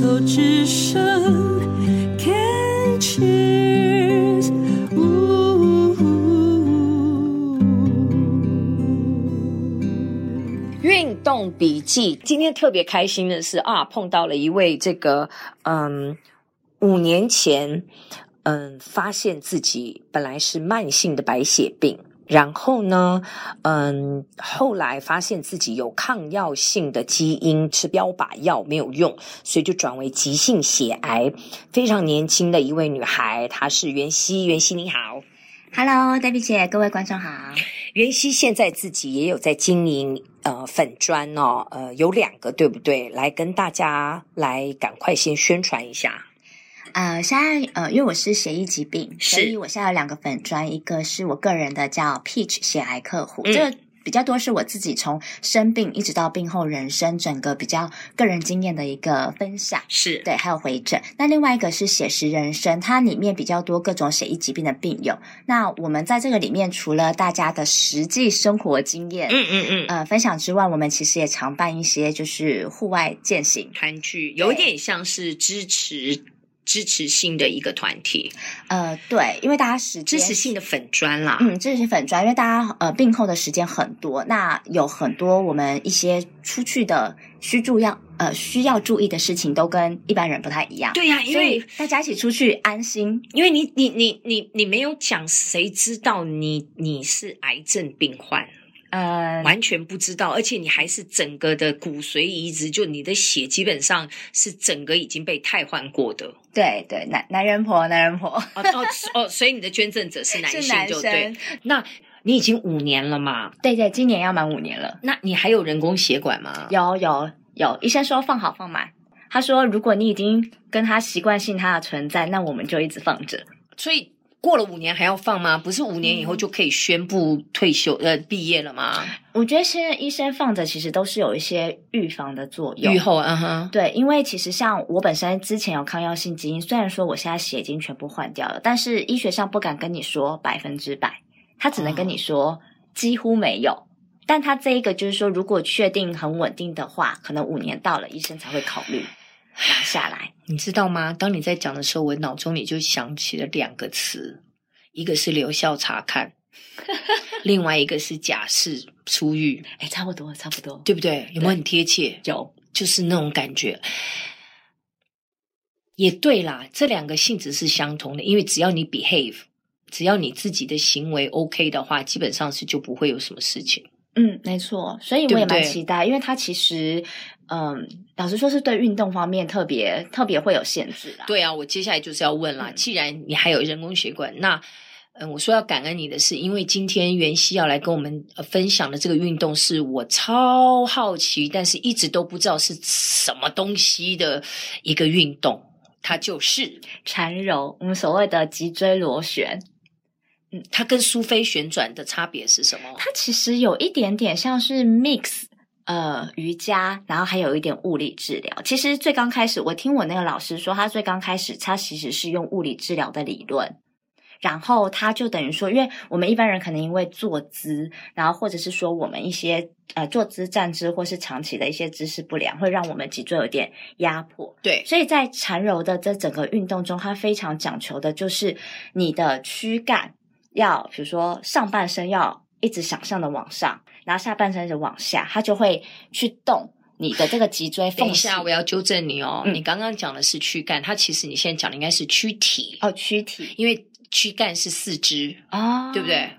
口只剩 can cheers。运动笔记，今天特别开心的是啊，碰到了一位这个嗯，五年前嗯，发现自己本来是慢性的白血病，然后呢，嗯，后来发现自己有抗药性的基因，吃标靶药没有用，所以就转为急性血癌。非常年轻的一位女孩，她是袁熙，袁熙你好。 Hello，黛比姐，各位观众好。袁熙现在自己也有在经营呃粉砖哦，呃有两个对不对？来跟大家来赶快先宣传一下。呃，现在呃，因为我是血液疾病，是所以我现在有两个粉砖，一个是我个人的叫 Peach 血癌客户，嗯这个比较多是我自己从生病一直到病后人生整个比较个人经验的一个分享。是对，还有回诊。那另外一个是写实人生，它里面比较多各种血液疾病的病友。那我们在这个里面，除了大家的实际生活经验，嗯嗯嗯，呃，分享之外，我们其实也常办一些就是户外践行，团聚有点像是支持支持性的一个团体，呃，对，因为大家时支间持性的粉砖啦。嗯，这是粉砖，因为大家呃病后的时间很多，那有很多我们一些出去的需注要呃需要注意的事情，都跟一般人不太一样。对呀、因所以为大家一起出去安心，因为你你你你你没有讲，谁知道你你是癌症病患？呃，完全不知道，而且你还是整个的骨髓移植，就你的血基本上是整个已经被汰换过的。对对，男男人婆，男人婆哦哦哦，所以你的捐赠者是男是性，男就对生。，那你已经五年了嘛？对对，今年要满五年了，那你还有人工血管吗？有有有，医生说放好放满，他说如果你已经跟他习惯性他的存在，那我们就一直放着。所以过了五年还要放吗？不是五年以嗯后就可以宣布退休呃毕业了吗？我觉得现在医生放着其实都是有一些预防的作用，愈后嗯哼，对，因为其实像我本身之前有抗药性基因，虽然说我现在血已经全部换掉了，但是医学上不敢跟你说百分之百，他只能跟你说几乎没有。但他这一个就是说，如果确定很稳定的话，可能五年到了，医生才会考虑拿下来。你知道吗？当你在讲的时候，我脑中里就想起了两个词，一个是留校察 看，另外一个是假释出狱， 哎，差不多，差不多。对不对？有没有很贴切？有，就是那种感觉。也对啦，这两个性质是相同的，因为只要你 behave，只要你自己的行为 OK 的话，基本上是就不会有什么事情。嗯，没错。所以对我不也蛮对期待，因为他其实，嗯，老实说是对运动方面特别特别会有限制啦。对啊，我接下来就是要问啦，嗯既然你还有人工血管，那嗯，我说要感恩你的是，因为今天袁熙要来跟我们呃分享的这个运动，是我超好奇，但是一直都不知道是什么东西的一个运动，它就是缠柔，我们所谓的脊椎螺旋，它跟苏菲旋转的差别是什么？它其实有一点点像是 mix 呃瑜伽，然后还有一点物理治疗。其实最刚开始，我听我那个老师说，他最刚开始他其实是用物理治疗的理论。然后他就等于说，因为我们一般人可能因为坐姿，然后或者是说我们一些呃坐姿、站姿或是长期的一些姿势不良，会让我们脊椎有点压迫。对，所以在缠柔的这整个运动中，它非常讲求的就是你的躯干要，比如说上半身要一直想象的往上，然后下半身是往下，它就会去动你的这个脊椎等缝一隙。下，我要纠正你哦，嗯你刚刚讲的是躯干，它其实你现在讲的应该是躯体，哦，躯体因为躯干是四肢，哦，对不？对？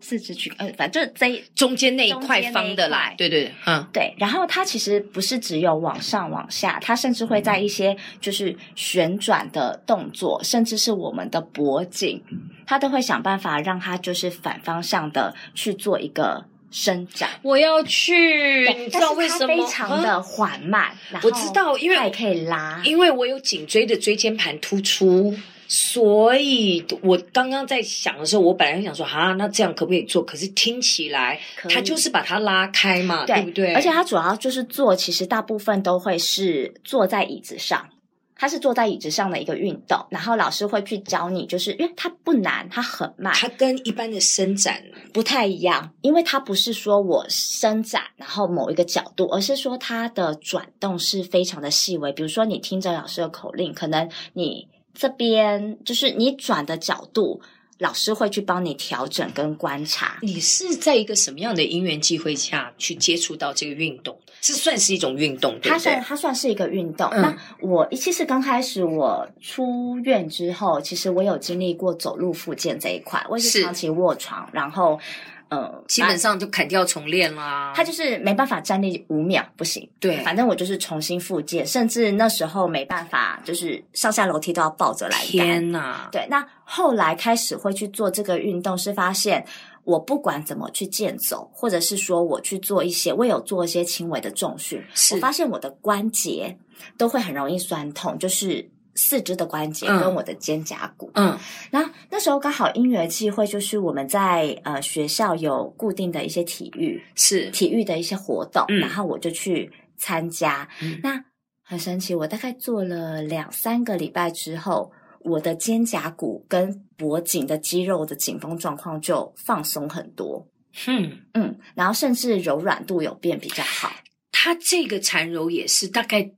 四肢躯，呃，反正这一中间那一中块间那方一的啦块，对对，对嗯，对。然后它其实不是只有往上往下，它甚至会在一些就是旋转的动作，甚至是我们的脖颈，它都会想办法让它就是反方向的去做一个伸展。我要去，对你知但是道为它什么？非常啊的缓慢，然我后知道因为它也可以拉，因为我有颈椎的椎间盘突出，所以我刚刚在想的时候，我本来想说啊，那这样可不可以做？可是听起来，可以它就是把它拉开嘛，对不对？而且它主要就是坐，其实大部分都会是坐在椅子上。它是坐在椅子上的一个运动，然后老师会去教你，就是因为它不难，它很慢，它跟一般的伸展不太一样，因为它不是说我伸展然后某一个角度，而是说它的转动是非常的细微。比如说你听着老师的口令，可能你这边就是你转的角度，老师会去帮你调整跟观察。你是在一个什么样的因缘机会下去接触到这个运动？这算是一种运动，对它不算对？它算是一个运动。嗯那我其实刚开始我出院之后，其实我有经历过走路复健这一块，我也是是长期卧床，然后呃，基本上就砍掉重练啦。他就是没办法站立五秒，不行。对反正我就是重新复健，甚至那时候没办法，就是上下楼梯都要抱着栏杆。天哪，对，那后来开始会去做这个运动，是发现我不管怎么去健走，或者是说我去做一些，我有做一些轻微的重训，是我发现我的关节都会很容易酸痛，就是四肢的关节嗯跟我的肩胛骨。嗯那那时候刚好因缘际会，就是我们在呃学校有固定的一些体育，是体育的一些活动，嗯然后我就去参加。嗯那很神奇，我大概做了两三个礼拜之后，我的肩胛骨跟脖颈的肌肉的紧绷状况就放松很多，嗯，嗯，然后甚至柔软度有变比较好。他这个缠柔也是大概。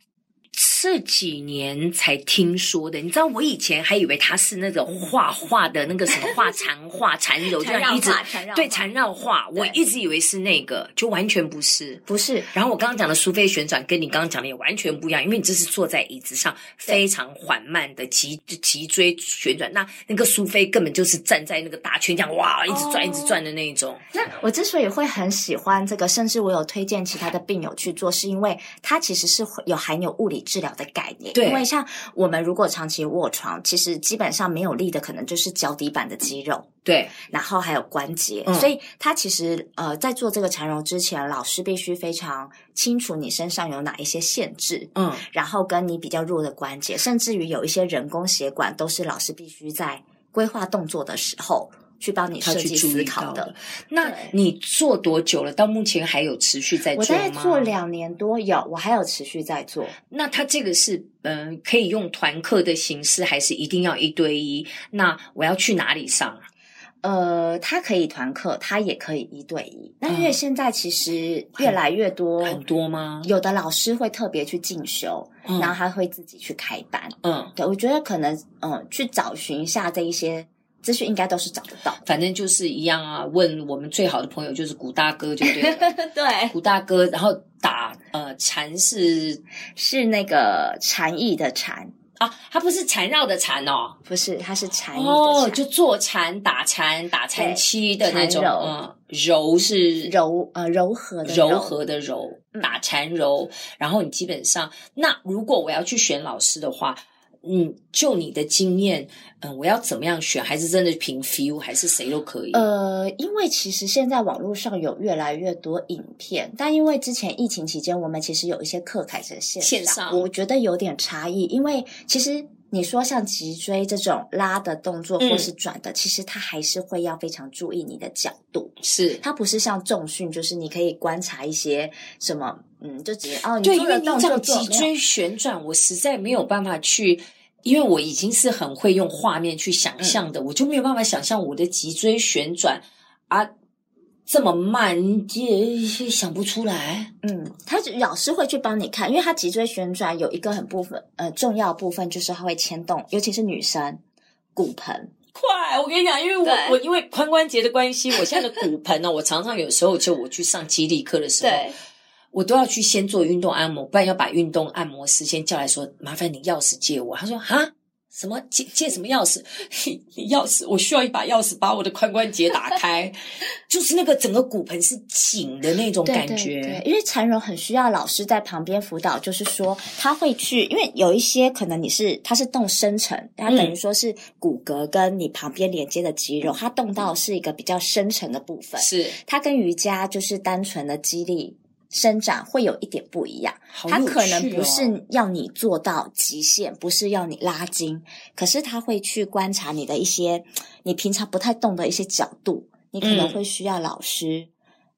这几年才听说的，你知道我以前还以为他是那种画画的那个什么 画缠画缠柔，这样一直缠绕对缠绕画，我对一直以为是那个，就完全不是。不是然后我刚刚讲的苏菲旋转跟你刚刚讲的也完全不一样，因为你这是坐在椅子上非常缓慢的脊脊椎旋转，那那个苏菲根本就是站在那个大圈这样哇一直转、哦一直转的那一种。那我之所以会很喜欢这个，甚至我有推荐其他的病友去做，是因为它其实是会有含有物理治疗的概念。对因为像我们如果长期卧床，其实基本上没有力的，可能就是脚底板的肌肉，对，然后还有关节。嗯所以它其实呃，在做这个缠柔之前，老师必须非常清楚你身上有哪一些限制。嗯，然后跟你比较弱的关节，甚至于有一些人工血管，都是老师必须在规划动作的时候去帮你他设去计注思意考到的的。。那对你做多久了？到目前还有持续在我做吗？大概做两年多有，我还有持续在做。那他这个是嗯、呃可以用团课的形式，还是一定要一对一？那我要去哪里上啊？呃，它可以团课，它也可以一对一。那因为嗯现在其实越来越多，很多吗？有的老师会特别去进修，嗯然后他会自己去开班。嗯，对，我觉得可能呃，去找寻一下这一些资讯，应该都是找得到。反正就是一样啊。问我们最好的朋友就是古大哥就 对了。 对，古大哥，然后打呃缠是是那个禅意的禅，啊，他不是缠绕的缠哦，不是，它是禅意哦，的禅。就坐缠打缠打缠七的那种，缠柔嗯，柔是柔呃柔和的柔和的柔，嗯打缠柔。然后你基本上，那如果我要去选老师的话。嗯，就你的经验，嗯，我要怎么样选？还是真的凭 feel，还是谁都可以？呃，因为其实现在网络上有越来越多影片，但因为之前疫情期间，我们其实有一些课改成线上，线上我觉得有点差异，因为其实。你说像脊椎这种拉的动作嗯或是转的，其实它还是会要非常注意你的角度，是它不是像重训，就是你可以观察一些什么，嗯，就直接哦，对，你因做的为你动作讲做脊没有椎旋转，我实在没有办法去，因为我已经是很会用画面去嗯想象的，我就没有办法想象我的脊椎旋转啊这么慢，也想不出来。嗯，他只老师会去帮你看，因为他脊椎旋转有一个很部分呃重要部分就是它会牵动，尤其是女生骨盆。快！我跟你讲，因为我对我因为髋关节的关系，我现在的 骨盆呢、我常常有时候就我去上肌力课的时候，我都要去先做运动按摩，不然要把运动按摩师先叫来说，麻烦你钥匙借我。他说哈。什么借借什么钥匙？钥匙，我需要一把钥匙把我的髋关节打 开，就是那个整个骨盆是紧的那种对感对觉。对，因为缠柔很需要老师在旁边辅导，就是说他会去，因为有一些可能你是它是动深层，它等于说是骨骼跟你旁边连接的肌肉，它动到是一个比较深层的部分，是，它跟瑜伽就是单纯的肌力伸展会有一点不一样。好它有可能趣不哦是要你做到极限，不是要你拉筋，可是它会去观察你的一些你平常不太动的一些角度，你可嗯能会需要老师。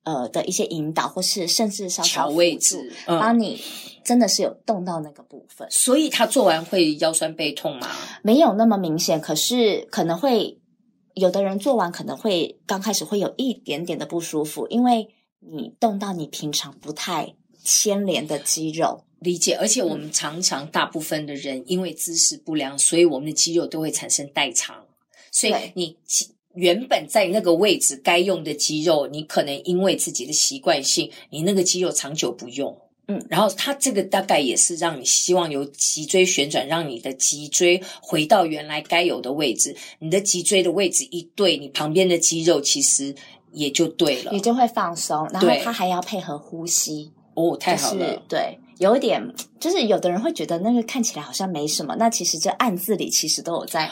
呃的一些引导，或是甚至稍稍调辅位助置，嗯，帮你真的是有动到那个部分，所以他做完会腰酸背痛吗？没有那么明显，可是可能会有的人做完可能会刚开始会有一点点的不舒服，因为你动到你平常不太牵连的肌肉，理解，而且我嗯们常常大部分的人因为姿势不良，所以我们的肌肉都会产生代偿，所以对你其原本在那个位置该用的肌肉，你可能因为自己的习惯性，你那个肌肉长久不用。嗯，然后它这个大概也是让你希望有脊椎旋转，让你的脊椎回到原来该有的位置。你的脊椎的位置一对，你旁边的肌肉其实也就对了你。就会放松，然后对它还要配合呼吸，哦，太就好是了，对，有一点就是有的人会觉得那个看起来好像没什么，那其实这暗字里其实都有在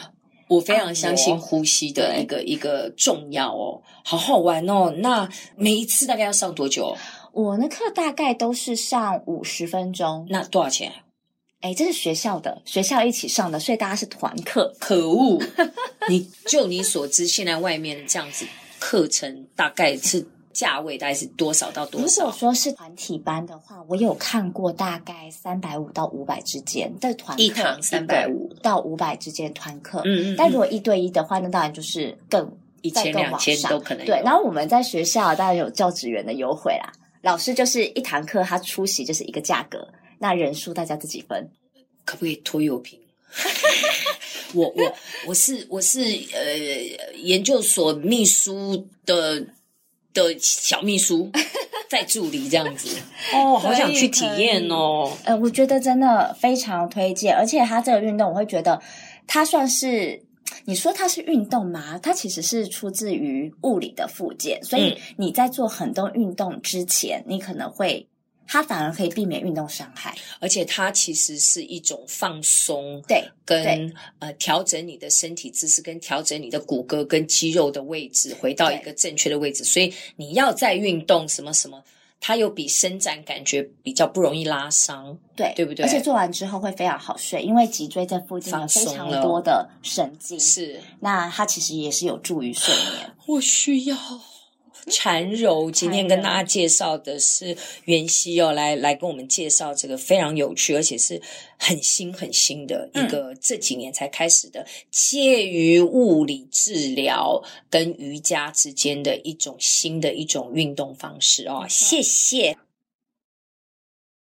我非常相信呼吸的对一个一个重要哦，好好玩哦。那每一次大概要上多久？哦我那课大概都是上五十分钟，那多少钱？啊哎，这是学校的，学校一起上的，所以大家是团课。可恶！你就你所知，现在外面这样子课程大概是价位大概是多少到如多果少？说是团体班的话，我有看过大概三百五到五百之间的团课，一堂350到五百之间团课。嗯嗯，但如果一对一的话，那当然就是更一再千更两往千上都可能有对。然后我们在学校当然有教职员的优惠啦，老师就是一堂课他出席就是一个价格，那人数大家自己分。可不可以拖油瓶？我我我是我是呃研究所秘书的的小秘书，在助理这样子。哦，好想去体验哦。呃，我觉得真的非常推荐，而且它这个运动，我会觉得它算是。你说它是运动吗？它其实是出自于物理的附件，所以嗯你在做很多运动之前，你可能会，它反而可以避免运动伤害。而且它其实是一种放松对，跟对呃调整你的身体姿势，跟调整你的骨骼跟肌肉的位置，回到一对个正确的位置。所以你要在运动什么什么，它有比伸展感觉比较不容易拉伤。对，对不对而且做完之后会非常好睡，因为脊椎这附近有放非松常了多的神经，是，那它其实也是有助于睡眠。我需要缠柔。今天跟大家介绍的是袁熙哦，来来跟我们介绍这个非常有趣，而且是很新很新的一个，这几年才开始的，介于物理治疗跟瑜伽之间的一种新的一种运动方式哦。谢谢。